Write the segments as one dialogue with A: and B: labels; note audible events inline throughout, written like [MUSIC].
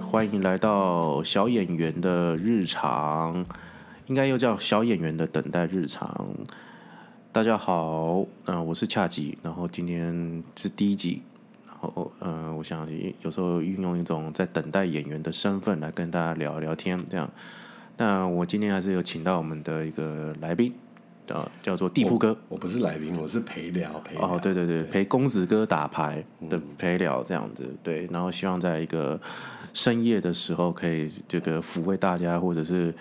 A: 欢迎来到小演员的日常，应该又叫小演员的等待日常。大家好，嗯、我是恰吉，然后今天是第一集，然后呃，我想有时候运用一种在等待演员的身份来跟大家聊聊天，这样。那我今天还是有请到我们的一个来宾，呃，叫做地铺哥。
B: 我不是来宾，我是陪聊陪聊。
A: 哦，对对对，陪公子哥打牌的
B: 嗯
A: 陪聊这样子，对，然后希望在一个深夜的时候可以这个抚慰大家，或者是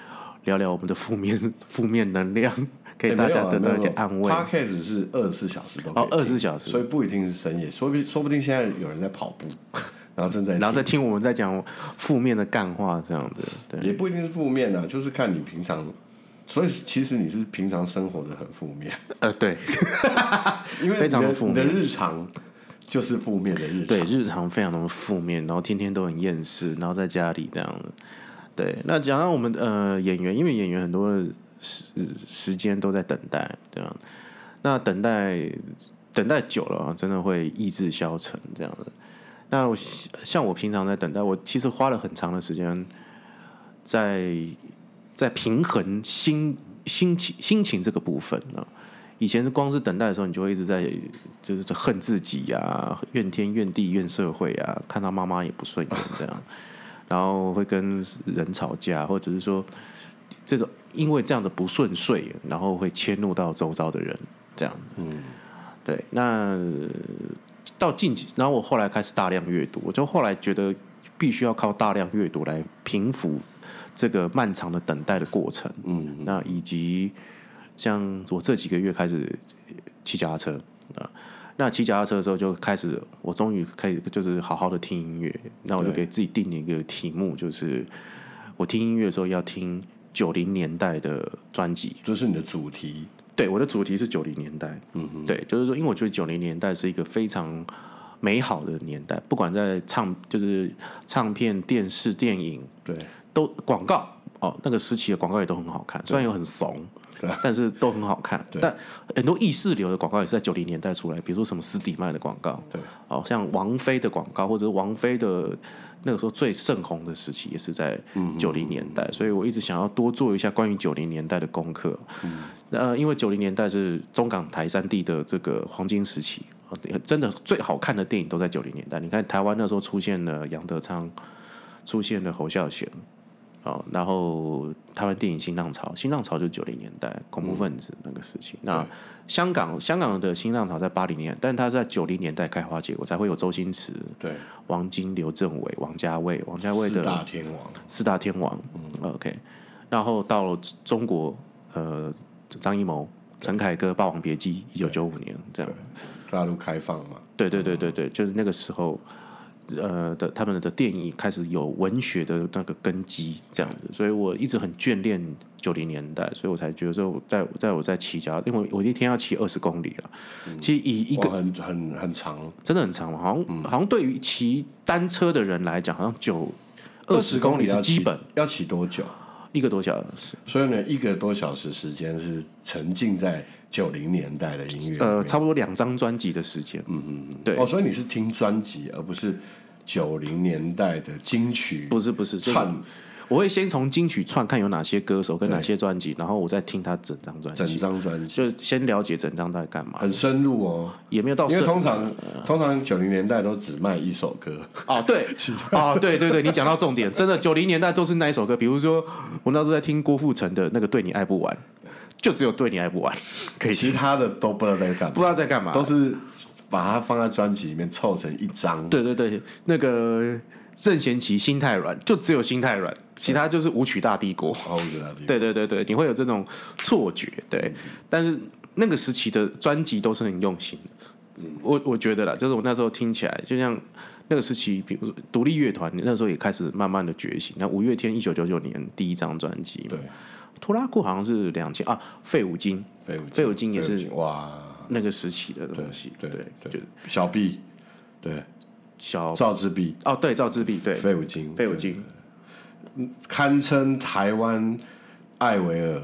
A: 聊聊我们的负面负面能量，给
B: 哎，
A: 大
B: 没有
A: 家
B: 啊
A: 得
B: 没有
A: 到一些
B: 没有
A: 安慰。
B: Podcast 是二十四小时都可以
A: 哦24小时
B: 听所以不一定是深夜，说不定说不定现在有人在跑步， [LAUGHS] 然后正在听，
A: 然后再听我们在讲负面的干话这样子，对，
B: 也不一定是负面啊，就是看你平常。所以其实你是平常生活的很负面，
A: 呃，对
B: [LAUGHS] 因为
A: 非
B: 你
A: 常
B: 的
A: 负
B: 你的
A: 面
B: 日常就是负面的日常。
A: 对，日常非常的负面，然后天天都很厌世，然后在家里这样子。对，那讲到我们呃演员，因为演员很多的时时间都在等待，对吧？那等待等待久了啊，真的会意志消沉这样子。那我像我平常在等待，我其实花了很长的时间在在平衡心心情心情这个部分啊。以前光是等待的时候，你就会一直在就是恨自己呀、怨天怨地怨社会啊，看到妈妈也不顺眼这样，然后会跟人吵架，或者是说这种因为这样的不顺遂，然后会迁怒到周遭的人这样。嗯，对。那到近几，然后我后来开始大量阅读，我就后来觉得必须要靠大量阅读来平复这个漫长的等待的过程。
B: 嗯，
A: 那以及像我这几个月开始骑脚踏车啊，那骑脚踏车的时候就开始，我终于可以就是好好的听音乐，那我就给自己定了一个题目，就是我听音乐的时候要听九零年代的专辑，
B: 就是你的主题，
A: 对，我的主题是九零年代。嗯哼，对，就是说，因为我觉得九零年代是一个非常美好的年代，不管在唱就是唱片、电视、电影
B: 对，
A: 都广告哦，那个时期的广告也都很好看，虽然有很怂。但是都很好看，但很多意识流的广告也是在九零年代出来，比如说什么斯底麦的广告，
B: 对，
A: 哦，像王菲的广告，或者是王菲的那个时候最盛红的时期，也是在九零年代，所以我一直想要多做一下关于九零年代的功课。呃，因为九零年代是中港台三地的这个黄金时期，呃真的最好看的电影都在九零年代。你看台湾那时候出现了杨德昌，出现了侯孝贤，哦，然后台湾电影新浪潮，新浪潮就是九零年代恐怖分子那个时期。那香港香港的新浪潮在八零年代，但它是在九零年代开花结果，才会有周星驰、
B: 对，
A: 王晶、刘镇伟、王家卫、王家卫
B: 四
A: 的
B: 大嗯天王，
A: 四大天王、o k 然后到了中国，呃，张艺谋、陈凯歌《霸王别姬》一九九五年这样，
B: 大陆开放嘛，
A: 对对对对对，就是那个时候，呃的他们的电影开始有文学的那个根基这样子，所以我一直很眷恋九零年代，所以我才觉得说我在在我在骑脚踏，因为我一天要骑二十公里了，其实以一个
B: 哇，很很很长，
A: 真的很长嘛，好像、好像对于骑单车的人来讲，好像九二十公里是
B: 要
A: 基
B: 骑
A: 本，
B: 要骑多久？
A: 一个多小时。
B: 所以呢，一个多小时时间是沉浸在九零年代的音乐里面。
A: 呃，差不多两张专辑的时间，对
B: 哦，所以你是听专辑，而不是九零年代的金曲
A: 不是不是，就是
B: 串
A: 我会先从金曲串看有哪些歌手跟哪些专辑，然后我再听他整张专
B: 整
A: 辑，
B: 张专辑，
A: 就先了解整张在干嘛，
B: 很深入哦。
A: 也没有到
B: 因为
A: 深
B: 通常通常九零年代都只卖一首歌，
A: 哦，
B: [LAUGHS]
A: 对，哦，对对对，你讲到重点，真的，九零年代都是那一首歌，比如说我那时候在听郭富城的那个《对你爱不完》，就只有《对你爱不完》可以听，
B: 其他的都不知道在干
A: 不
B: 嘛，
A: 知道在干嘛，
B: 都是把它放在专辑里面凑成一张。
A: 对对对，那个任贤齐《心太软》，就只有《心太软》，其他就是《舞曲大帝国》。
B: 哦，我觉得
A: 对对对对，你会有这种错觉，对。但是那个时期的专辑都是很用心
B: 嗯
A: 的，我我觉得啦，就是我那时候听起来，就像那个时期，比如说独立乐团那时候也开始慢慢的觉醒。那五月天一九九九年第一张专辑嘛，
B: 对，
A: 拖拉库好像是两千啊，废五金
B: 费武
A: 费武精也是
B: 哇，
A: 那个时期的东西，
B: 对
A: 对，
B: 对，小 B，对，
A: 小
B: 赵志碧，
A: 哦对赵志碧对
B: 费武精，
A: 废五金，
B: 堪称台湾艾维尔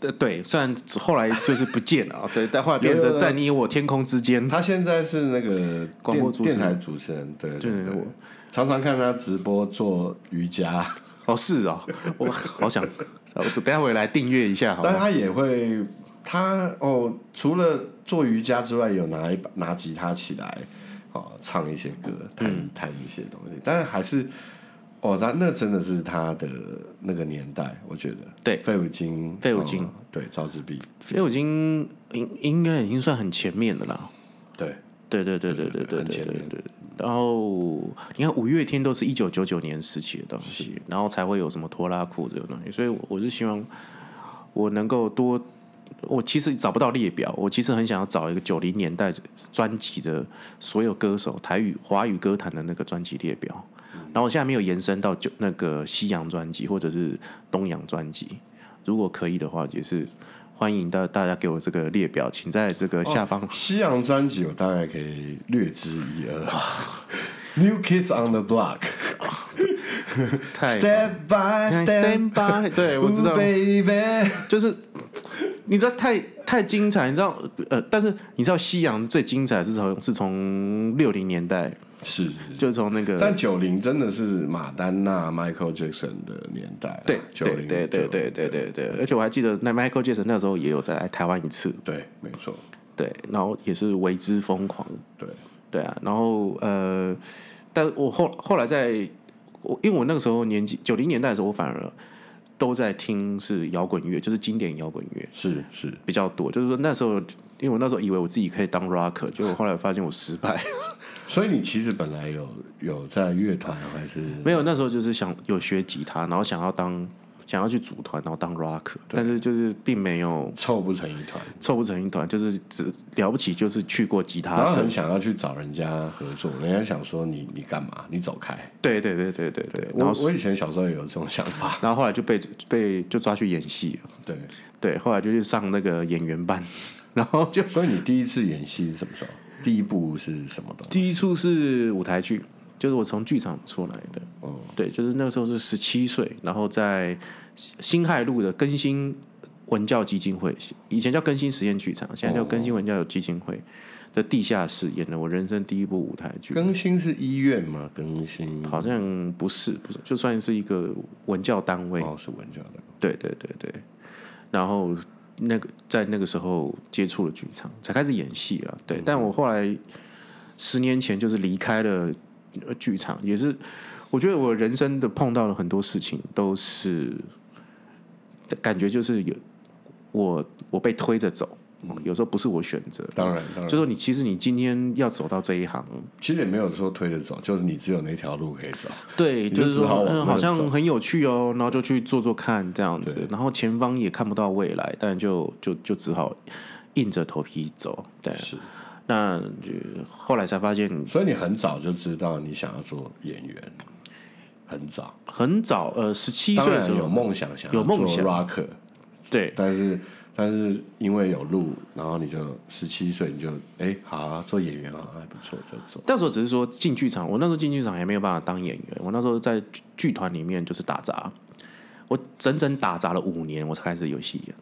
A: 呃对，虽然后来就是不见了啊，对，但后来变
B: 有有
A: 成
B: 有
A: 在你我天空之间。
B: 他现在是那个
A: 广播
B: 电
A: 主持人
B: 电台主持人，对对
A: 对对
B: 对，
A: 对
B: 我常常看他直播做瑜伽，
A: 哦，是哦，我好想，我等一下回来订阅一下好
B: 但
A: 了。
B: 他也会，他哦，除了做瑜伽之外，有拿一把拿吉他起来，哦，唱一些歌，弹
A: 嗯
B: 弹一些东西，但是还是，哦，他那真的是他的那个年代，我觉得，
A: 对
B: 费武金，
A: 费武金
B: 哦对，赵志碧，
A: 因为我已经应应该已经算很前面的啦，
B: 对，
A: 对对对对对对
B: 很
A: 对
B: 前
A: 对
B: 面
A: 对。然后你看五月天都是一九九九年时期的东西，然后才会有什么拖拉裤这种东西，所以我我是希望我能够多。我其实找不到列表，我其实很想要找一个九零年代专辑的所有歌手，台语、华语歌坛的那个专辑列表。
B: 嗯
A: 然后我现在没有延伸到九那个西洋专辑或者是东洋专辑，如果可以的话，也是欢迎大大家给我这个列表，请在这个下方
B: 西洋专辑我大概可以略知一二 [LAUGHS] ，New Kids on the Block。
A: 太
B: Step by step，
A: Stand by，对我知道
B: Ooh,，，baby，
A: 就是你知道太太精彩，你知道呃，但是你知道西洋最精彩是从是从六零年代，
B: 是是是。
A: 就是从那个
B: 但九零真的是马丹娜、Michael Jackson 的年代啊，
A: 对
B: 九
A: 对
B: 零，
A: 对对对对对对，而且我还记得那 Michael Jackson 那时候也有在来台湾一次，
B: 对，没错，
A: 对，然后也是为之疯狂，
B: 对，
A: 对啊，然后呃，但我后后来在我因为我那个时候年纪九零年代的时候，我反而都在听是摇滚乐，就是经典摇滚乐。
B: 是是，
A: 比较多，就是说那时候，因为我那时候以为我自己可以当 rocker，结果后来发现我失败。
B: 所以你其实本来有有在乐团还是
A: 没有，那时候就是想有学吉他，然后想要当想要去组团，然后当 rocker，但是就是并没有
B: 凑不成一团，
A: 凑不成一团，就是只了不起就是去过吉他
B: 然后
A: 社
B: 很。想要去找人家合作，人家想说你你干嘛？你走开。
A: 对对对对对对，然
B: 我
A: 后
B: 我以前小时候也有这种想法，
A: 然后后来就被被就抓去演戏了，
B: 对，
A: 对，后来就去上那个演员班， [LAUGHS] 然后
B: [LAUGHS]
A: 就
B: 所以你第一次演戏是什么时候？第一部是什么东西？
A: 第一处是舞台剧，就是我从剧场出来的。
B: 哦，
A: 对，就是那个时候是十七岁，然后在新新海路的更新文教基金会，以前叫更新实验剧场，现在叫
B: 哦
A: 更新文教有基金会的地下室演了我人生第一部舞台剧，
B: 更新是医院吗？更新
A: 好像不是不是，就算是一个文教单位，
B: 哦，是文教的。
A: 对对对对，然后那个在那个时候接触了剧场，才开始演戏了。对，但我后来十年前就是离开了呃剧场，也是我觉得我人生的碰到了很多事情，都是感觉就是有我我被推着走，有时候不是我选择。
B: 当然，当然，
A: 就说你其实你今天要走到这一行，
B: 其实也没有说推着走，就是你只有那条路可以走。
A: 对，
B: 你
A: 就
B: 就是只好
A: 说，嗯，
B: 往那
A: 好像
B: 走
A: 很有趣哦，然后就去做做看这样子
B: 对，
A: 然后前方也看不到未来，但就就就只好硬着头皮走。对，嗯
B: 是，
A: 那就后来才发现，
B: 所以你很早就知道你想要做演员，很早，
A: 很早，呃，十七
B: 当
A: 岁的
B: 然
A: 时
B: 有
A: 候，
B: 梦想，想要
A: 有梦
B: 做
A: 想
B: rocker，
A: 对
B: 但是但是因为有路，然后你就十七岁你就哎、好、啊、做演员啊，还不错，就做。
A: 那时候只是说进剧场，我那时候进剧场也没有办法当演员，我那时候在剧剧团里面就是打杂，我整整打杂了五年，我才开始有戏演。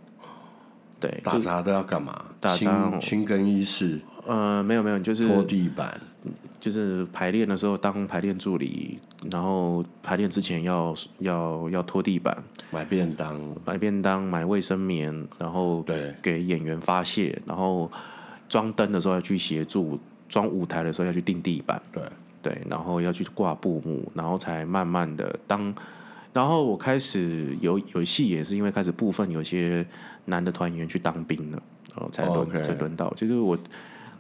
A: 对，
B: 打杂都要干嘛？
A: 打杂
B: 清清更衣室、
A: 呃，没有没有，就是
B: 拖地板，
A: 就是排练的时候当排练助理，然后排练之前要要要拖地板、
B: 买便当，
A: 买便当、买卫生棉，然后
B: 对，
A: 给演员发泄，然后装灯的时候要去协助，装舞台的时候要去定地板，
B: 对，
A: 对，然后要去挂布幕，然后才慢慢的当。然后我开始有有戏，也是因为开始部分有些男的团员去当兵了，然后才轮、
B: 哦 OK
A: 才轮到。就是我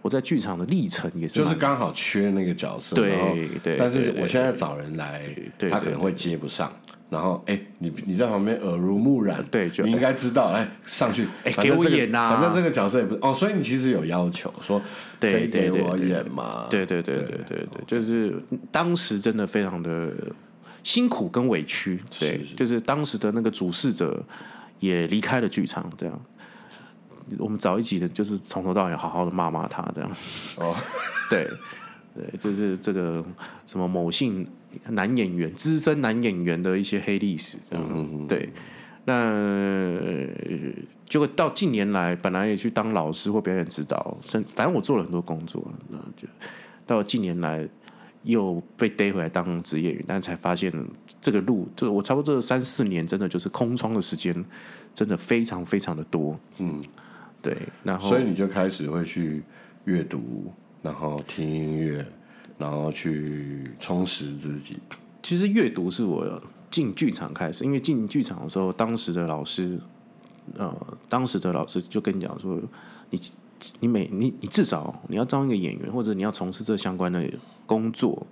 A: 我在剧场的历程也是
B: 就
A: 蛮
B: 是刚好缺那个角色，然后
A: 对对，
B: 但是
A: 对
B: 我现在找人来
A: 对，
B: 他可能会接不上。然后，哎，你你在旁边耳濡目染，
A: 对就
B: 你应该知道，哎，上去，
A: 哎
B: 反正
A: 给我
B: 这个
A: 演啊
B: 反正这个角色也不是哦，所以你其实有要求，说
A: 对
B: 可以
A: 对
B: 给
A: 对
B: 我
A: 对
B: 演嘛，
A: 对对对对对对，对就是当时真的非常的辛苦跟委屈，对，就是当时的那个主事者也离开了剧场，这样。我们早一集的，就是从头到尾好好的骂骂他这样。
B: 哦，
A: [LAUGHS] 对，对，这是这个什么
B: 嗯
A: 某姓男演员、资深男演员的一些黑历史这样。对，那呃结果到近年来，本来也去当老师或表演指导，甚反正我做了很多工作，那就到近年来又被逮回来当职业演员，但才发现这个路，这我差不多这三四年，真的就是空窗的时间，真的非常非常的多。
B: 嗯，
A: 对，然后
B: 所以你就开始会去阅读，然后听音乐，然后去充实自己。
A: 其实阅读是我进剧场开始，因为进剧场的时候，当时的老师，呃，当时的老师就跟你讲说，你你每你你至少你要当一个演员，或者你要从事这相关的工作，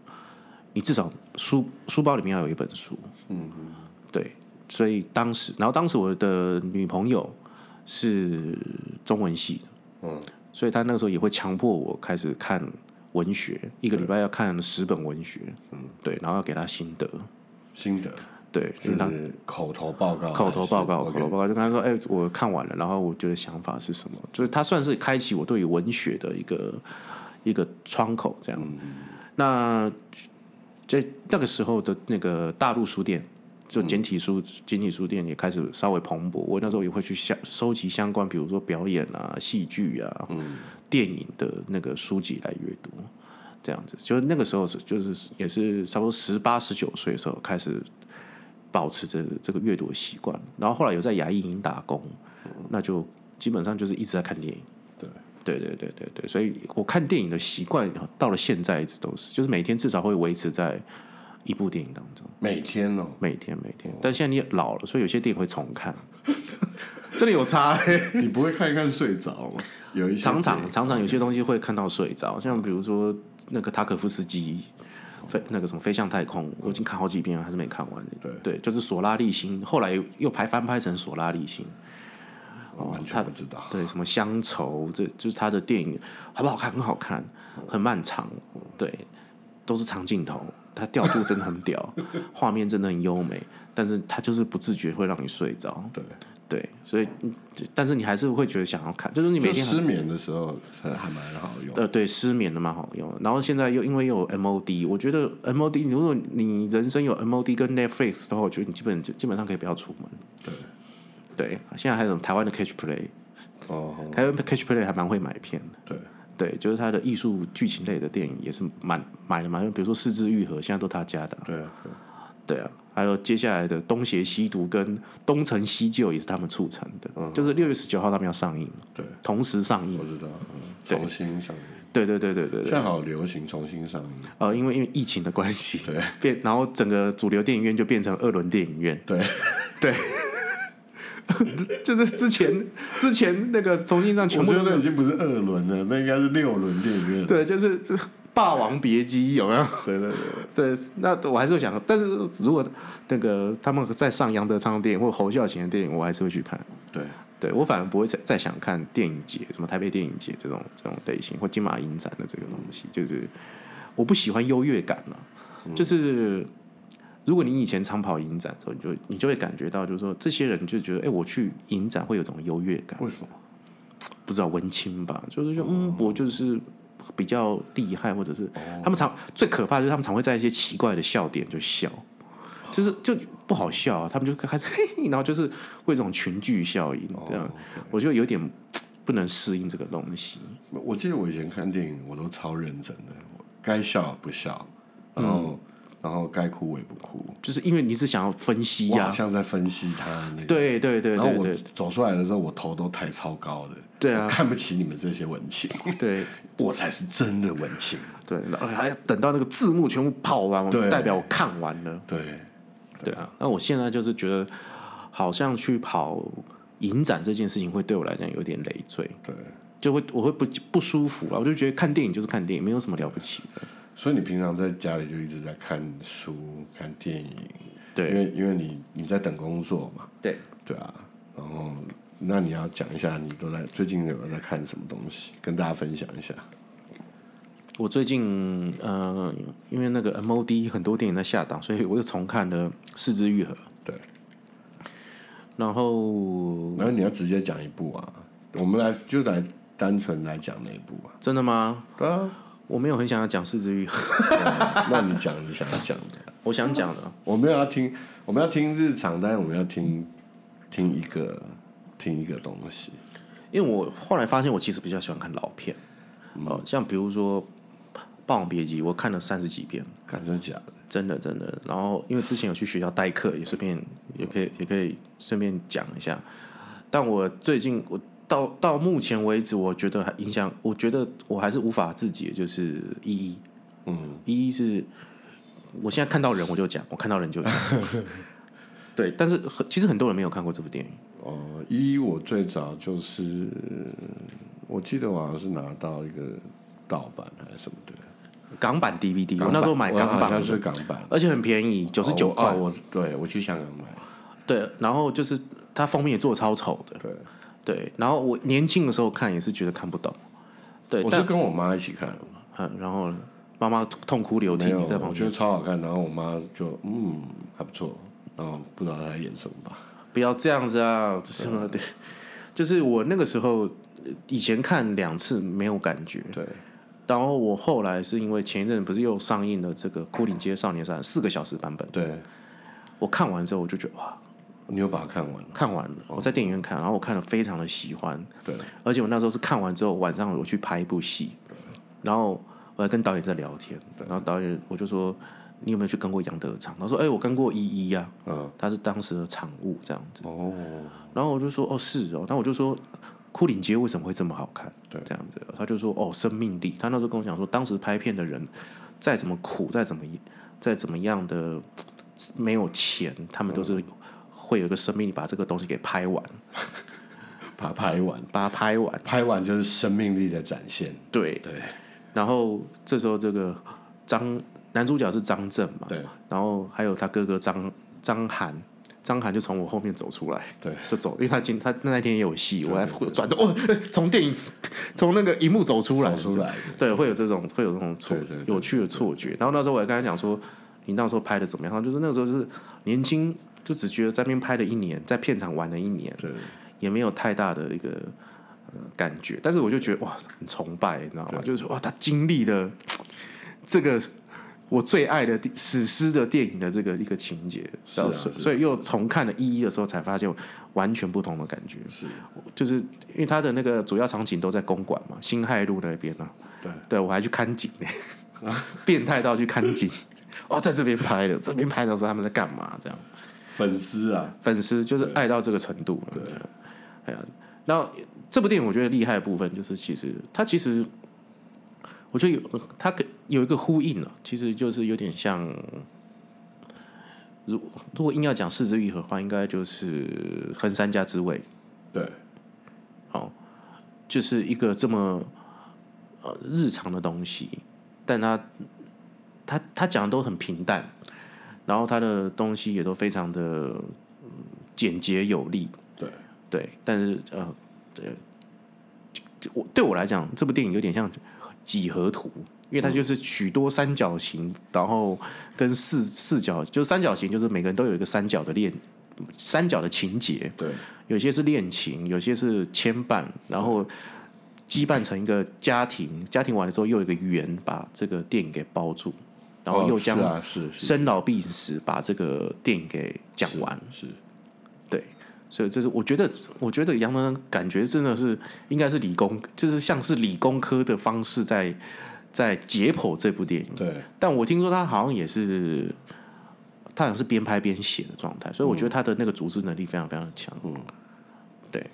A: 你至少书书包里面要有一本书。
B: 嗯，
A: 对，所以当时，然后当时我的女朋友是中文系的，
B: 嗯，
A: 所以她那个时候也会强迫我开始看文学，一个礼拜要看十本文学，嗯，对，然后要给她心得，
B: 心得
A: 对，
B: 就
A: 当
B: 是口头报告还是，
A: 口头报告，
B: OK
A: 口头报告就跟他说，哎、我看完了，然后我觉得想法是什么，就是他算是开启我对于文学的一个一个窗口这样。
B: 嗯
A: 那在那个时候的那个大陆书店，就
B: 嗯
A: 简体书、简体书店也开始稍微蓬勃。我那时候也会去相收集相关，比如说表演啊、戏剧啊、
B: 嗯
A: 电影的那个书籍来阅读。这样子，就是那个时候是，就是也是差不多十八、十九岁的时候开始保持着这个阅读的习惯，然后后来有在牙医营打工，那就基本上就是一直在看电影。对
B: 对
A: 对对对对，所以我看电影的习惯到了现在一直都是，就是每天至少会维持在一部电影当中，
B: 每天哦，
A: 每天每天。但现在你也老了，所以有些电影会重看，这里有差、
B: 你不会看一看睡着吗？有一些嗯
A: 常
B: 电
A: 常
B: 影
A: 常常有些东西会看到睡着，像比如说那个塔可夫斯基飞那个什么飞向太空，我已经看好几遍了，还是没看完。
B: 嗯对
A: 对，就是索拉利星，后来又排翻拍成索拉利星。
B: 我啊完全不知道。
A: 对，什么乡愁，这就是他的电影好不好看？很好看，
B: 嗯
A: 很漫长，对，都是长镜头，他调度真的很
B: [LAUGHS]
A: 屌，画面真的很优美，但是他就是不自觉会让你睡着，
B: 对，
A: 对，所以嗯但是你还是会觉得想要看，就是你每
B: 就
A: 天很
B: 失眠的时候还还蛮好用。
A: 呃，对，失眠的蛮好用的。然后现在又因为又有 MOD，我觉得 MOD，如果你人生有 MOD 跟 Netflix 的话，我觉得你基本基本上可以不要出门。对，对，现在还有什么台湾的 Catch Play，
B: 哦，
A: 台湾的 Catch Play 还蛮会买片的。
B: 对，
A: 对，就是他的艺术剧情类的电影也是蛮买的蛮多，比如说《四肢愈合》，现在都他家的啊。
B: 对，
A: 对啊，还有接下来的《东邪西毒》跟《东成西就》也是他们促成的，就是六月十九号他们要上映，
B: 嗯对，
A: 同时上映
B: 我。知道，嗯重新上映，
A: 对对对对对
B: 现在好流行重新上映。
A: 呃，因为因为疫情的关 [LAUGHS] 系，
B: 对，
A: 变然后整个主流电影院就变成二轮电影院，
B: 对，
A: 对， [LAUGHS] 就是之前之前那个重庆上全
B: [LAUGHS] 我
A: 部
B: 觉
A: 都
B: 得
A: 是
B: 已经不是二轮了，那应该是六轮电影院。
A: 对，就是这《霸王别姬》有没有？
B: 对对对，
A: 对，那我还是会想，但是如果那个他们在上杨德昌的电影或侯孝贤的电影，我还是会去看。
B: 对，
A: 对我反而不会再再想看电影节，什么台北电影节这种这种类型或金马影展的这个东西，就是我不喜欢优越感了、就是如果你以前长跑影展的时候，你就你就会感觉到，就是说这些人就觉得，哎、我去影展会有种优越感，
B: 为什么？
A: 不知道文青吧，就是
B: 哦
A: 说，嗯，我就是比较厉害，或者是
B: 哦
A: 他们常最可怕的就是他们常会在一些奇怪的笑点就笑，就是就不好笑、啊，他们就开始 [LAUGHS] 嘿嘿，然后就是会有一种群聚效应
B: 哦
A: 这样，我就有点不能适应这个东西。
B: 我记得我以前看电影，我都超认真的，我该笑不笑，然后然后该哭我也不哭，
A: 就是因为你只想要分析
B: 我
A: 呀、
B: 好像在分析他那个。
A: 对对对
B: 然后
A: 对
B: 我
A: 对
B: 走出来的时候，我头都抬超高的，
A: 对啊
B: 我看不起你们这些文青，
A: 对
B: 我才是真的文青。
A: 对，然后还要等到那个字幕全部跑完，我
B: 对
A: 代表我看完了。
B: 对，
A: 对啊，那我现在就是觉得，好像去跑影展这件事情会对我来讲有点累赘，
B: 对，
A: 就会我会不不舒服啊。我就觉得看电影就是看电影，没有什么了不起的。
B: 所以你平常在家里就一直在看书、看电影，因
A: 对
B: 为因为你你在等工作嘛，
A: 对，
B: 对啊。然后，那你要讲一下你都在最近有在看什么东西，跟大家分享一下。
A: 我最近呃，因为那个 MOD 很多电影在下档，所以我又重看了《四肢愈合》，
B: 对，
A: 然后
B: 然后你要直接讲一部啊，我们来就来单纯来讲那一部啊。
A: 真的吗？
B: 对啊，
A: 我没有很想要讲《四肢愈合》，
B: 那你讲你想要讲的，
A: 我想讲的
B: 我没有要听，我们要听日常，但是我们要听听一个听一个东西。
A: 因为我后来发现，我其实比较喜欢看老片，哦、像比如说《霸王别姬》，我看了三十几遍，
B: 感觉假的，
A: 真的真的。然后因为之前有去学校代课，也顺便也可以也可以顺便讲一下。但我最近我到到目前为止，我觉得还影响，我觉得我还是无法自己，就是一一，嗯，一一是我现在看到人我就讲，我看到人
B: [LAUGHS]
A: 就讲。对，但是很其实很多人没有看过这部电影。
B: 哦，一我最早就是，我记得我好像是拿到一个盗版还是什么的，
A: 港版 DVD，
B: 港
A: 我
B: 版
A: 那时候买
B: 我
A: 港
B: 好
A: 版
B: 像
A: 的，
B: 是港版，
A: 而且很便宜，九十九块。
B: 哦我哦我对我去香港买，
A: 对，然后就是它封面也做得超丑的。
B: 对，
A: 对，然后我年轻的时候看也是觉得看不懂。对，
B: 我是
A: 但
B: 跟我妈一起看，
A: 嗯，然后妈妈痛哭流涕，
B: 没有，
A: 你在旁
B: 我觉
A: 边
B: 得超好看，然后我妈就嗯还不错，然后不知道她在演什么吧，
A: 不要这样子啊，什么的。就是我那个时候呃以前看两次没有感觉，
B: 对，
A: 然后我后来是因为前一阵不是又上映了这个《牯岭街少年杀》四个小时版本，
B: 对，
A: 我看完之后我就觉得哇，
B: 你有把它看完了，
A: 看完了，我在电影院看，然后我看了非常的喜欢，
B: 哦对，
A: 而且我那时候是看完之后，晚上我去拍一部戏，然后我还跟导演在聊天，然后导演我就说你有没有去跟过杨德昌？他说哎、我跟过依依啊，
B: 嗯，
A: 他是当时的场务这样子。
B: 哦，
A: 然后我就说哦是哦，那我就说牯岭街为什么会这么好看？
B: 对
A: 这样子，他就说哦生命力。他那时候跟我讲说，当时拍片的人再怎么苦，再怎么再怎么样的没有钱，他们都是会有一个生命力把这个东西给拍完，
B: 把它拍完，
A: 把它拍完。
B: 拍完就是生命力的展现，
A: 对，
B: 对
A: 然后这时候这个张男主角是张震嘛，
B: 对
A: 然后还有他哥哥张张涵。张涵就从我后面走出来，
B: 对，
A: 就走，因为他今他那天也有戏，我还
B: 对
A: 转头哦， [LAUGHS] 从电影从那个荧幕走出来，
B: 走出来的，
A: 对，会有这种会有这种错
B: 对对对
A: 有趣的错觉。然后那时候我还跟他讲说，你那时候拍的怎么样？他就是那时候就是年轻，就只觉得在那边拍了一年，在片场玩了一年，
B: 对，
A: 也没有太大的一个、呃、感觉。但是我就觉得哇，很崇拜，你知道吗？就是说哇，他经历了这个我最爱的地史诗的电影的这个一个情节，
B: 是啊
A: 然后所以
B: 是啊
A: 所以又重看了《一一》的时候，才发现完全不同的感觉。
B: 是，
A: 就是因为他的那个主要场景都在公馆嘛，新亥路那边啊。
B: 对，
A: 对我还去看景
B: [LAUGHS]
A: 呢，变态到去看景。哦，在这边拍的，这边拍的时候他们在干嘛？这样。
B: 粉丝啊，
A: 粉丝就是爱到这个程度了。对，哎呀，然后这部电影我觉得厉害的部分就是，其实它其实我觉得有它可有一个呼应了、其实就是有点像，如如果硬要讲四之愈合的话，应该就是《横山家之味》。
B: 对，
A: 哦，就是一个这么呃日常的东西，但他他他讲的都很平淡，然后他的东西也都非常的、嗯简洁有力，
B: 对，
A: 对，但是呃，对，就我对我来讲，这部电影有点像几何图，因为它就是许多三角形，然后跟四四角，就是三角形，就是每个人都有一个三角的恋，三角的情节，
B: 对，
A: 有些是恋情，有些是牵绊，然后羁绊成一个家庭，家庭完了之后又有一个圆把这个电影给包住，然后又
B: 哦是
A: 将
B: 啊是是
A: 生老病死把这个电影给讲完。
B: 是
A: 对，所以这是我觉得，我觉得杨德昌感觉真的是应该是理工，就是像是理工科的方式在在解剖这部电影。
B: 对
A: 但我听说他好像也是，他好像是边拍边写的状态，所以我觉得他的那个组织能力非常非常的强。嗯，对，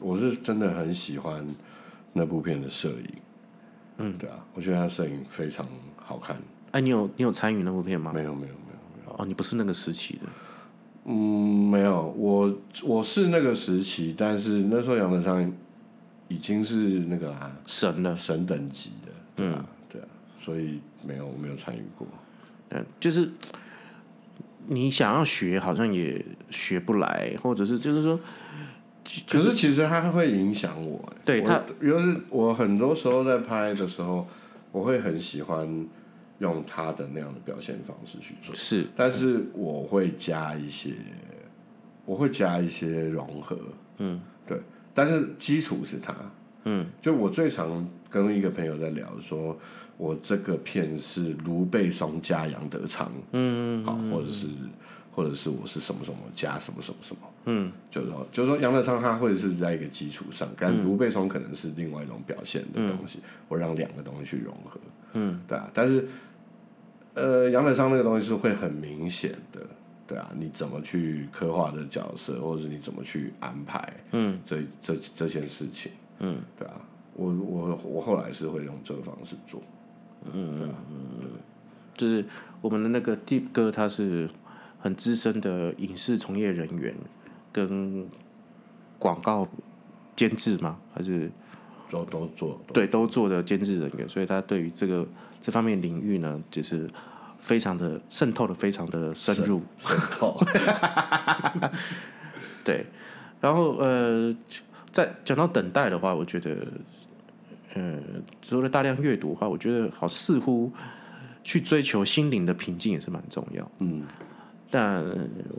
B: 我是真的很喜欢那部片的摄影，嗯，对啊，我觉得他摄影非常好看。
A: 哎、你有你有参与那部片吗？
B: 没有没有没有，
A: 哦，你不是那个时期的。
B: 嗯，没有，我我是那个时期，但是那时候杨德昌已经是那个啦、
A: 神了，
B: 神等级的，对啊、对啊，所以没有我没有参与过，
A: 嗯，就是你想要学，好像也学不来，或者是就是说，
B: 可是其实它会影响我、欸
A: 对
B: 我
A: 它
B: 就是我很多时候在拍的时候，我会很喜欢用他的那样的表现方式去做，
A: 是
B: 但是我会加一些，我会加一些融合，嗯，对，但是基础是他，嗯，就我最常跟一个朋友在聊说，嗯我这个片是卢贝松加杨德昌，嗯，好，或者是。或者是我是什么什么加什么什么什么，嗯，就是说就是说杨德昌他会是在一个基础上，但卢贝松可能是另外一种表现的东西，我让两个东西去融合，嗯，对啊，但是呃杨德昌那个东西是会很明显的。对啊，你怎么去刻画的角色，或者是你怎么去安排，嗯，这这这件事情，嗯，对啊，我我我后来是会用这个方式做，
A: 就是我们的那个 Deep 哥，他是很资深的影视从业人员，跟广告监制吗？还是
B: 都都做，
A: 对都做的监制人员，所以他对于这个这方面领域呢，就是非常的渗透的非常的深入。
B: 渗透， [LAUGHS]
A: 对，然后呃，在讲到等待的话，我觉得，呃，除了大量阅读的话，我觉得好似乎去追求心灵的平静也是蛮重要。嗯，但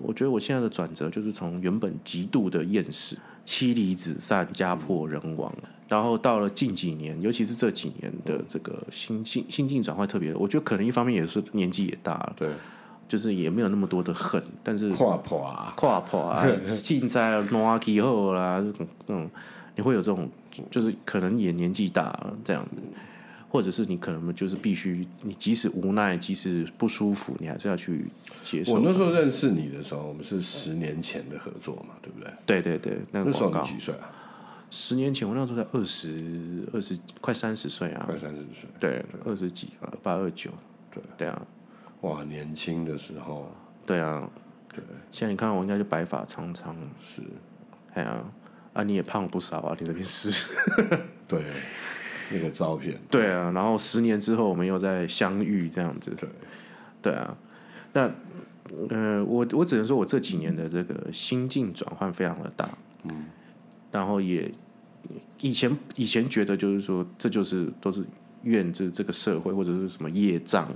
A: 我觉得我现在的转折就是从原本极度的厌世、妻离子散、家破人亡，然后到了近几年，尤其是这几年的这个心境心境转换特别，我觉得可能一方面也是年纪也大了，
B: 对，
A: 就是也没有那么多的恨，但是
B: 跨破啊，
A: 跨破啊、竞赛啊、挪啊、以后啦，这种这种，你会有这种，就是可能也年纪大了这样子，或者是你可能就是必须，你即使无奈，即使不舒服，你还是要去接
B: 我
A: 受。
B: 那时候认识你的时候，我们是十年前的合作嘛，对不对？
A: 对对对，那个
B: 那时
A: 广
B: 候你
A: 告，
B: 几岁啊？
A: 十年前我那时候才二十二十，快三十岁啊，
B: 快三十岁，
A: 对，二十几吧，八二九，对对啊，
B: 哇，年轻的时候，
A: 对啊，
B: 对，
A: 现在你看我应该就白发苍苍，
B: 是，
A: 哎呀、啊，你也胖了不少啊，你这边是。
B: 对，那个照片，
A: 对啊，然后十年之后我们又再相遇这样子。
B: 对，
A: 对啊，那呃，我我只能说我这几年的这个心境转换非常的大，嗯，然后也以前以前觉得就是说这就是都是怨这这个社会或者是什么业障，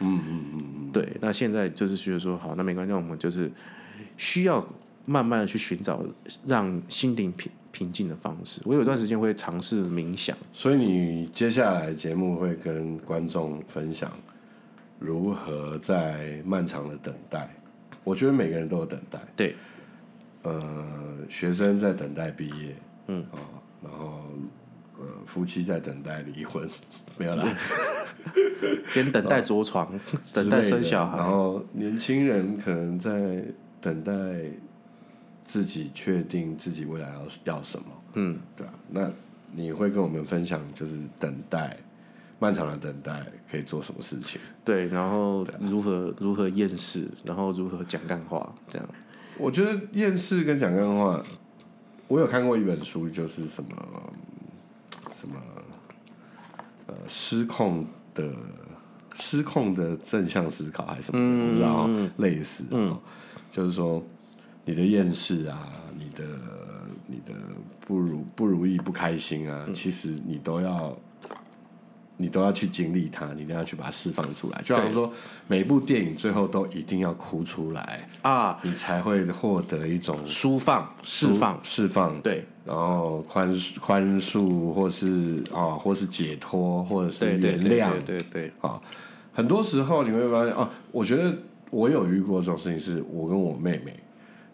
A: 嗯嗯嗯嗯，对，那现在就是觉得说好，那没关系，那我们就是需要慢慢的去寻找让心灵平平静的方式。我有一段时间会尝试冥想。
B: 所以你接下来节目会跟观众分享如何在漫长的等待。我觉得每个人都有等待，
A: 对，
B: 呃，学生在等待毕业，嗯啊、然后呃，夫妻在等待离婚，没有啦，
A: 先等待着床，等待生小
B: 哦之类的然
A: 孩。
B: 后年轻人可能在等待自己确定自己未来要要什么，嗯，对啊。那你会跟我们分享，就是等待漫长的等待可以做什么事情？
A: 对，然后
B: 啊
A: 如何如何厌世，然后如何讲干话，这样。
B: 我觉得厌世跟讲干话，我有看过一本书，就是什么嗯什么呃失控的呃失控的正向思考还是什么的，我不知道哦，类似，嗯，就是说你的厌世啊，你的你的不如不如意、不开心啊，其实你都要。你都要去经历它，你都要去把它释放出来。就好像说，每部电影最后都一定要哭出来，
A: 啊，
B: 你才会获得一种
A: 舒放释放，
B: 释放，
A: 对
B: 然后宽恕宽恕，或是啊、或是解脱，或者是
A: 对对
B: 嗯原
A: 对
B: 谅
A: 对对对，
B: 啊。很多时候你会发现，哦、我觉得我有遇过这种事情，是我跟我妹妹，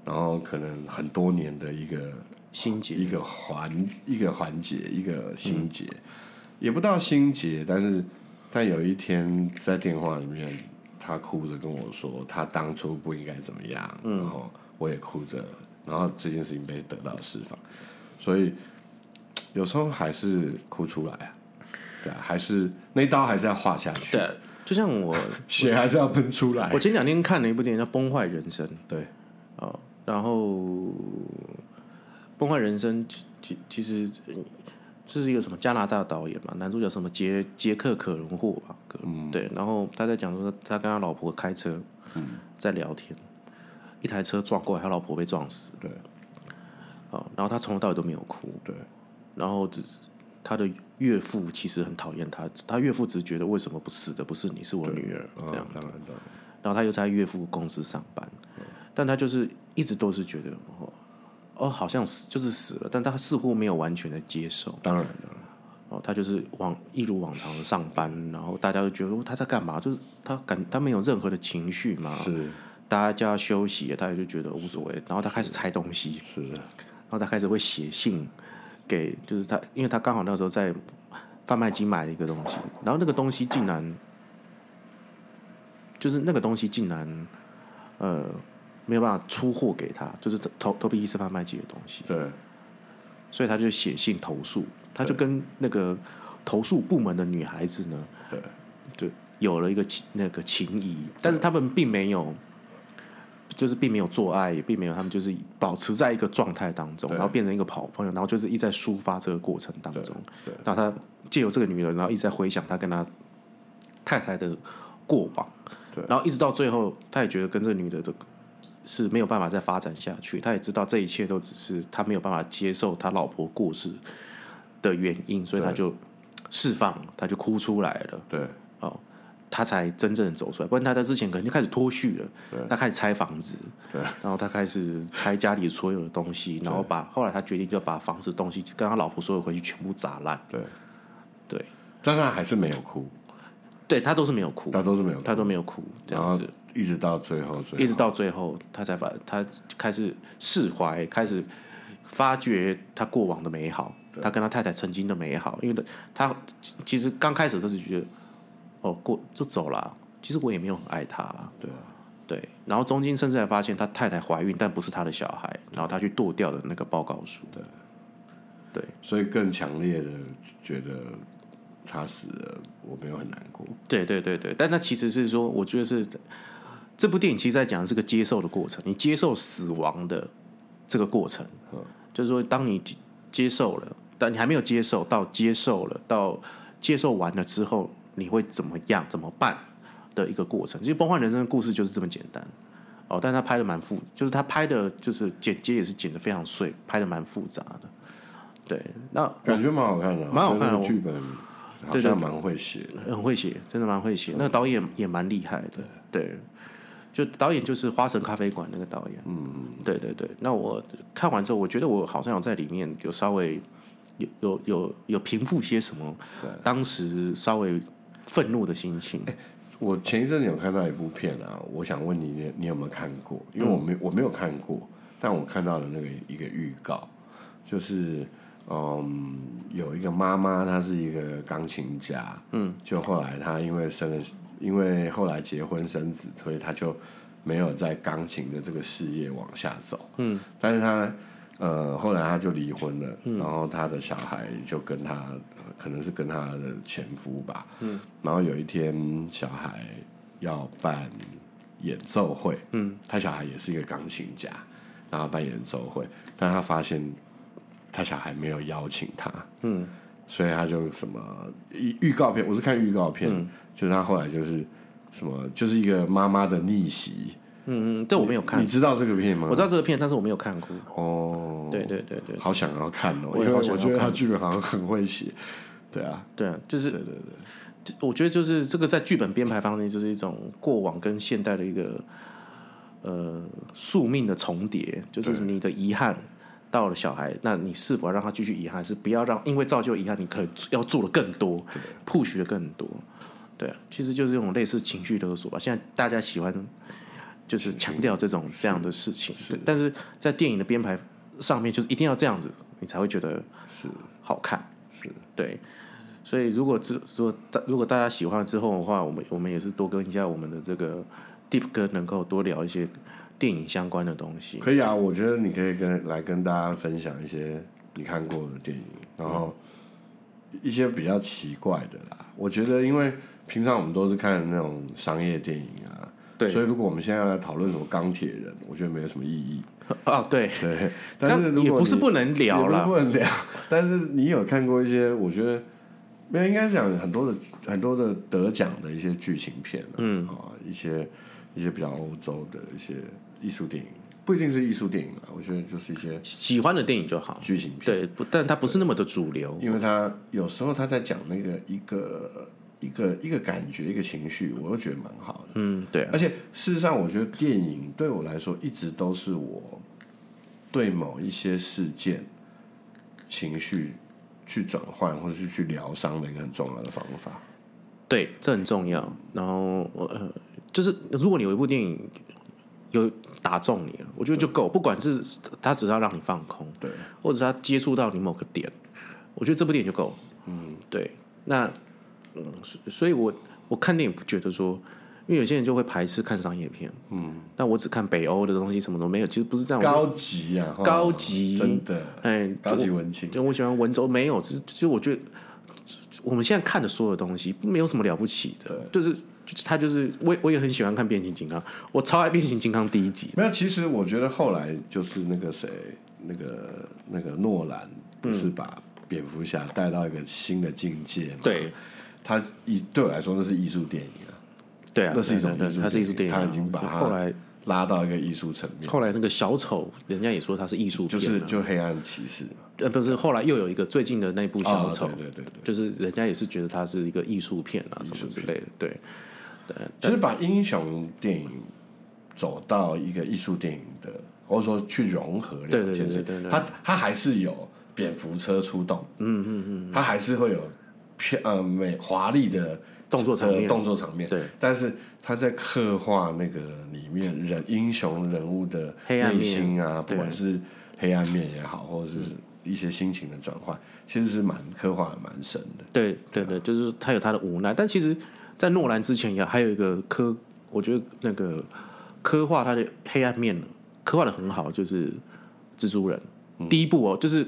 B: 然后可能很多年的一个
A: 心结
B: 一个环一个环节一个心结，也不到心结，但是但有一天在电话里面，他哭着跟我说，他当初不应该怎么样，
A: 嗯
B: 然后我也哭着，然后这件事情被得到释放，所以有时候还是哭出来啊，对啊，还是那刀还是要划下去，
A: 对，就像
B: [LAUGHS]
A: 我，
B: 血还是要喷出来
A: 我，前两天看了一部电影叫《崩坏人生》
B: 对，
A: 哦，然后《崩坏人生》其其其实呃这是一个什么加拿大导演嘛，男主角什么杰杰克·可伦霍吧，可
B: 嗯
A: 对，然后他在讲说他跟他老婆开车，在聊天，一台车撞过来，他老婆被撞死，
B: 对
A: 哦，然后他从头到尾都没有哭，
B: 对，
A: 然后只他的岳父其实很讨厌他，他岳父只觉得为什么不死的不是你，是我女儿
B: 嗯
A: 这样，
B: 当然当然，
A: 然后他又在岳父公司上班，但他就是一直都是觉得哦哦好像死就是死了，但他似乎没有完全的接受，
B: 当然当然，
A: 哦，他就是往一如往常的上班，然后大家就觉得哦他在干嘛，就是他感他没有任何的情绪嘛，
B: 是
A: 大家叫他休息了，他也就觉得无所谓。然后他开始拆东西，
B: 是的，
A: 然后他开始会写信给，就是他，因为他刚好那时候在贩卖机买了一个东西，然后那个东西竟然，就是那个东西竟然，呃，没有办法出货给他，就是投投币一次贩卖机的东西。
B: 对，
A: 所以他就写信投诉，他就跟那个投诉部门的女孩子呢，
B: 对，
A: 就有了一个情那个情谊，但是他们并没有，就是并没有做爱，也并没有，他们就是保持在一个状态当中，
B: 对
A: 然后变成一个好朋友，然后就是一直在抒发这个过程当中
B: 对对，
A: 然后他借由这个女人，然后一直在回想他跟他太太的过往
B: 对，
A: 然后一直到最后，他也觉得跟这个女的的是没有办法再发展下去，他也知道这一切都只是他没有办法接受他老婆过世的原因，所以他
B: 对
A: 就释放了，他就哭出来了。
B: 对，
A: 哦，他才真正的走出来。不然他在之前可能就开始脱序了，他开始拆房子，然后他开始拆家里所有的东西，然后把后来他决定就把房子东西跟他老婆所有回去全部砸烂。
B: 对，
A: 对，
B: 但他还是没有哭，
A: 对他都是没有哭，
B: 他都是没有哭，
A: 他都没有哭，这
B: 然
A: 样
B: 后
A: 子
B: 一直到最后，最后
A: 一直到最后，他才把他开始释怀，开始发掘他过往的美好，他跟他太太曾经的美好。因为他他其实刚开始都是觉得，哦，过就走了，其实我也没有很爱他啦。
B: 对啊
A: 对，然后中间甚至还发现他太太怀孕，但不是他的小孩，然后他去剁掉的那个报告书。对，
B: 所以更强烈的觉得他死了，我没有很难过。
A: 对，对，对，对。但那其实是说，我觉得是这部电影其实在讲的是个接受的过程，你接受死亡的这个过程，就是说，当你接接受了，但你还没有接受到接受了，到接受完了之后，你会怎么样、怎么办的一个过程。其实《崩坏人生》的故事就是这么简单。哦，但他拍的蛮复，就是他拍的，就是剪接也是剪的非常碎，拍的蛮复杂的。对，那
B: 感觉蛮好看的，
A: 蛮好看的
B: 我觉得那个剧本好
A: 对对
B: 像蛮会写的。
A: 很会写，真的蛮会写。那个导演也蛮厉害的，对，就导演就是《花神咖啡馆》那个导演，嗯，对对对。那我看完之后，我觉得我好像有在里面有稍微有有有有平复些什么，当时稍微愤怒的心情。
B: 我前一阵子有看到一部片啊，我想问你，你你有没有看过？因为我没我没有看过，但我看到了那个一个预告，就是嗯，有一个妈妈，她是一个钢琴家，嗯，就后来她因为生了，因为后来结婚生子，所以她就没有在钢琴的这个事业往下走，嗯，但是她。呃，后来她就离婚了，然后她的小孩就跟她，呃可能是跟她的前夫吧，然后有一天小孩要办演奏会，嗯，他小孩也是一个钢琴家，然后办演奏会，但他发现他小孩没有邀请他，嗯，所以他就什么预预告片，我是看预告片，
A: 嗯
B: 就是他后来就是什么，就是一个妈妈的逆袭，
A: 嗯嗯，这我没有看
B: 你，知道这个片吗？
A: 我知道这个片，但是我没有看过。
B: 哦，
A: 对对对对
B: 好想要看哦，
A: 我
B: 因
A: 也
B: 为
A: 好
B: 我
A: 想要
B: 觉得他
A: 看
B: 剧本好像很会写，对啊，
A: 对啊，就是
B: 对对对。
A: 就我觉得就是这个在剧本编排方面，就是一种过往跟现代的一个呃宿命的重叠，就是你的遗憾到了小孩，那你是否要让他继续遗憾？是不要让因为造就遗憾，你可能要做的更多，push 的更多。对啊，其实就是这种类似情绪勒索吧。现在大家喜欢就是强调这种这样的事情，对但是在电影的编排上面，就是一定要这样子，你才会觉得好看。是，对。所以如果之如果大如果大家喜欢之后的话，我们我们也是多跟一下我们的这个 Deep 哥，能够多聊一些电影相关的东西。
B: 可以啊，我觉得你可以跟来跟大家分享一些你看过的电影，然后一些比较奇怪的啦。我觉得，因为平常我们都是看那种商业电影啊，
A: 对
B: 所以如果我们现在要来讨论什么钢铁人，我觉得没有什么意义。
A: 啊，对，
B: 对，但是如
A: 也
B: 果
A: 不是
B: 你
A: 不能聊
B: 也
A: 啦，
B: 不是不能聊。 [LAUGHS] 但是你有看过一些，我觉得没有，应该讲很多的很多的得奖的一些剧情片、啊，嗯，啊，一些一些比较欧洲的一些艺术电影，不一定是艺术电影啊，我觉得就是一些
A: 喜欢的电影就好。
B: 剧情片，
A: 对，不，但它不是那么的主流。
B: 因为他有时候他在讲那个一个一个一个感觉一个情绪，我又觉得蛮好的。
A: 嗯，对啊，
B: 而且事实上，我觉得电影对我来说一直都是我对某一些事件情绪去转换，或者是去疗伤的一个很重要的方法。
A: 对，这很重要。然后我呃，就是如果你有一部电影有打中你了，我觉得就够。不管是他只是要让你放空，
B: 对，
A: 或者是他接触到你某个点，我觉得这部电影就够了。嗯，对。那嗯，所所以我我看电影不觉得说，因为有些人就会排斥看商业片，嗯，但我只看北欧的东西，什么都没有。其实不是这样，我
B: 高级啊，哈
A: 高级
B: 真的
A: 哎，
B: 高级啊
A: 我
B: 文青，
A: 就我喜欢文绉，没有，只是其实我觉得我们现在看的所有东西没有什么了不起的，就是就是他就是我也我也很喜欢看变形金刚，我超爱变形金刚第一集，
B: 没有。其实我觉得后来就是那个谁，那个那个诺兰不是把蝙蝠侠带到一个新的境界嘛？
A: 对
B: 他一对我来说那是艺术电影啊，
A: 对啊，
B: 那是一种
A: 对
B: 艺
A: 对
B: 术
A: 它是艺术电
B: 电
A: 影
B: 影
A: 啊，
B: 他已经把它
A: 后来
B: 拉到一个艺术层面，
A: 后来那个小丑，人家也说他是艺术
B: 就
A: 片
B: 是
A: 啊，
B: 就黑暗骑士嘛，
A: 呃不是后来又有一个最近的那部小
B: 啊
A: 丑，
B: 对对对对。
A: 就是人家也是觉得他是一个艺术片啊什么之类的，对
B: 其实把英雄电影走到一个艺术电影的，或者说去融合两
A: 对对
B: 件
A: 对
B: 事，
A: 对对对
B: 它它还是有蝙蝠车出动，嗯嗯嗯，它还是会有漂呃美华丽的
A: 动作场面
B: 呃动作场面，
A: 对，
B: 但是他在刻画那个里面人英雄人物的
A: 黑暗面
B: 内心啊，不
A: 对
B: 管是黑暗面也好，或者是一些心情的转换，其实是蛮刻画的蛮深的，
A: 对
B: 啊
A: 对对，就是他有他的无奈，但其实，在诺兰之前也还有一个科，我觉得那个刻画他的黑暗面，刻画的很好，就是蜘蛛人、
B: 嗯
A: 第一部哦，就是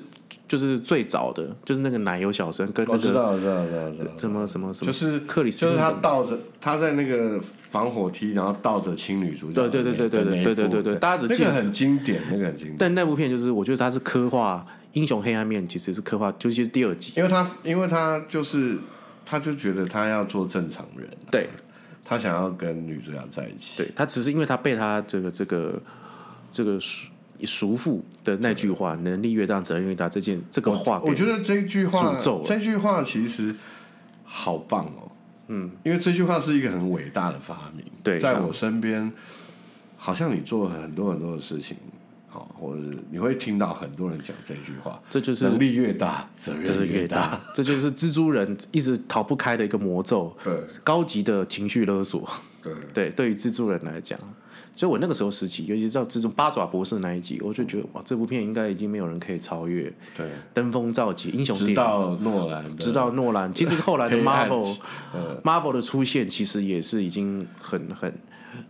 A: 就是最早的，就是那个奶油小生跟
B: 我
A: 那
B: 哦知
A: 个
B: 道，知道，知道，知道。
A: 什么什么什
B: 就
A: 么，
B: 是
A: 克里斯
B: 就是他
A: 汀
B: 倒着，他在那个防火梯，然后倒着亲女主角的
A: 对
B: 那个。
A: 对对对对
B: 的那一
A: 对
B: 部
A: 对对对对，大家只
B: 那
A: 记
B: 个
A: 得
B: 很经典，那个很经典，
A: 但那部片就是，我觉得它是刻画英雄黑暗面，其实是刻画，尤其是第二集。
B: 因为他因为他就是他就觉得他要做正常人，
A: 对，
B: 他想要跟女主角在一起。
A: 对他只是因为他被他这个这个这个叔叔父的那句话“能力越大，责任越大”这件这个话给，
B: 我觉得这句话
A: 诅咒了
B: 这句话其实好棒哦，嗯，因为这句话是一个很伟大的发明。
A: 对啊
B: 在我身边，好像你做了很多很多的事情。好，或者是你会听到很多人讲这句话，
A: 这就是
B: 能力越大，责任
A: 责任越
B: 大。
A: 大，这就是蜘蛛人一直逃不开的一个魔咒，
B: 对
A: 高级的情绪勒索。
B: 对，
A: 对，对于蜘蛛人来讲，所以我那个时候时期，尤其是到蜘蛛八爪博士那一集，我就觉得哇，这部片应该已经没有人可以超越，
B: 对，
A: 登峰造极，英雄电
B: 直
A: 影。
B: 到诺兰的，
A: 直到诺兰，其实后来的
B: [LAUGHS] 黑暗呃
A: Marvel，Marvel、Marvel 的出现其实也是已经很很，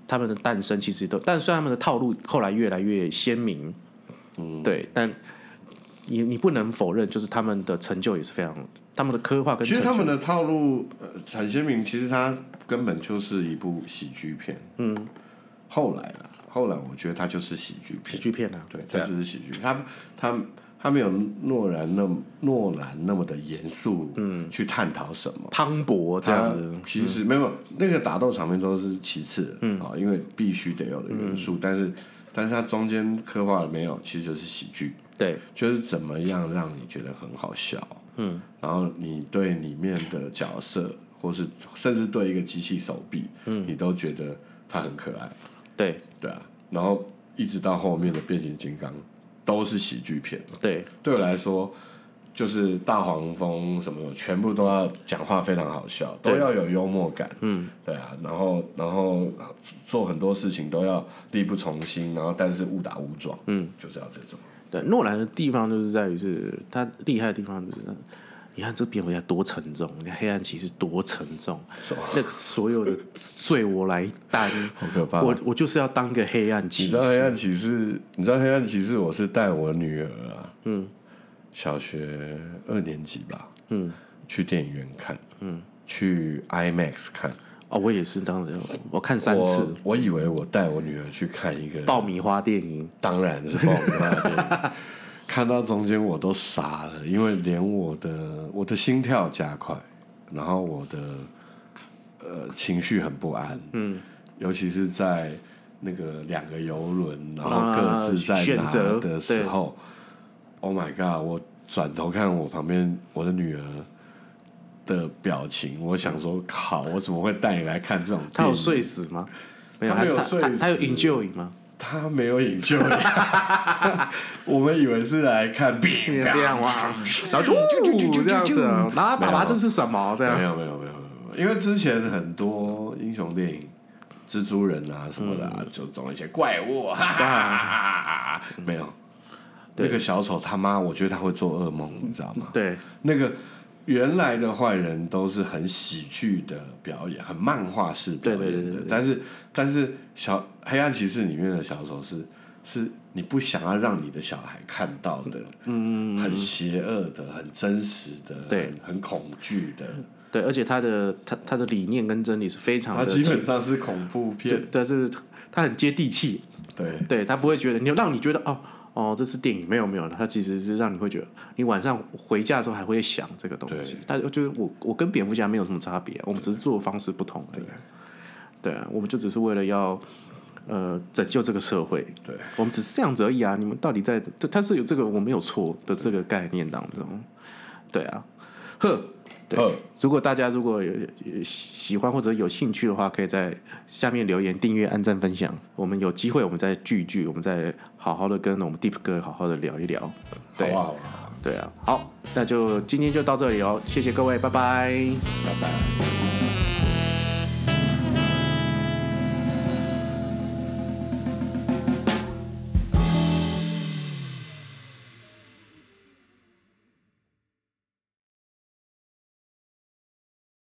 A: 他们的诞生其实都，但虽然他们的套路后来越来越鲜明，嗯，对，但你你不能否认，就是他们的成就也是非常，他们的刻画跟
B: 其
A: 成
B: 实他
A: 就，
B: 们的套路呃很鲜明，其实它根本就是一部喜剧片。嗯，后来啊，后来我觉得它就是喜剧
A: 喜
B: 片，
A: 剧片啊，
B: 对，
A: 对
B: 它
A: 啊
B: 就是喜剧。它它它没有诺兰那么诺兰那么的严肃，嗯，去探讨什么。
A: 磅礴这样子，嗯
B: 它啊其实没有没有那个打斗场面都是其次的，嗯啊，因为必须得有的元
A: 嗯
B: 素，但是但是它中间刻画的没有，其实就是喜剧。
A: 对
B: 就是怎么样让你觉得很好笑，嗯，然后你对里面的角色，或是甚至对一个机器手臂，嗯，你都觉得它很可爱，
A: 对
B: 对啊，然后一直到后面的变形金刚都是喜剧片，
A: 对
B: 对我来说。就是大黄蜂什么的，全部都要讲话非常好笑，都
A: 对
B: 要有幽默感，嗯，对啊，然后然后做很多事情都要力不从心，然后但是误打误撞，嗯，就是要这种。
A: 对，诺兰的地方就是在于是他厉害的地方就是。你看这蝙蝠侠多沉重，你看黑暗骑士多沉重，那个所有的罪我来担，
B: 好可怕！
A: 我我就是要当个黑暗
B: 啊你
A: 骑
B: 知道黑
A: 士。
B: 暗骑士？你知道黑暗骑士？我是带我女儿啊，嗯，小学二年级吧，嗯，去电影院看，嗯，去 IMAX 看
A: 哦，我也是当时我看三次
B: 我我以为我带我女儿去看一个，
A: 爆米花电影，
B: 当然是爆米花的电影，看到中间我都傻了，因为连我的我的心跳加快，然后我的呃情绪很不安，嗯，尤其是在那个两个游轮，然后各自在
A: 啊选
B: 拿
A: 择
B: 的时候、o h my god！我转头看我旁边我的女儿。的表情，我想说，靠，我怎么会带你来看这种电影？
A: 他有睡死吗？没有，
B: 他没
A: 还
B: 有
A: 是他
B: 睡
A: 他他有
B: 死
A: enjoy 吗？
B: 他没有引咎你， [LAUGHS] 我们以为是来看病。
A: [LAUGHS] 变哇，然后就呜这样子，啊然后爸爸这是什么？这
B: 啊没
A: 样
B: 有没有没有没有，因为之前很多英雄电影蜘蛛人啊什么的、
A: 嗯
B: 啊，就种一些怪物，
A: [LAUGHS]
B: 哈哈哈哈
A: 啊
B: 哈哈 [LAUGHS] 没有。那个小丑他妈，我觉得他会做噩梦，你知道吗？
A: 对，
B: 那个原来的坏人都是很喜剧的表演，很漫画式表演的。
A: 对对对对对
B: 但是但是小黑暗骑士里面的小丑是是你不想要让你的小孩看到的，嗯，很邪恶的，很真实的，
A: 对
B: 很，很恐惧的。
A: 对，而且他的他他的理念跟真理是非常
B: 他
A: 的，
B: 基本上是恐怖片
A: 对，，但是他很接地气，
B: 对
A: 对他不会觉得你让你觉得哦哦这是电影，没有没有，他其实是让你会觉得你晚上回家的时候还会想这个东西
B: 对。
A: 但就是我我跟蝙蝠侠没有什么差别，我们只是做的方式不同而已。对啊，我们就只是为了要呃拯救这个社会，
B: 对，
A: 我们只是这样子而已啊！你们到底在？对，他是有这个我没有错的这个概念当中，对啊，呵，对
B: 呵。
A: 如果大家如果有有喜欢或者有兴趣的话，可以在下面留言、订阅、按赞、分享。我们有机会，我们再聚一聚，我们再好好的跟我们 Deep 哥好好的聊一聊。对
B: 好不好啊？
A: 对啊，好，那就今天就到这里哦，谢谢各位，拜拜。
B: 拜拜。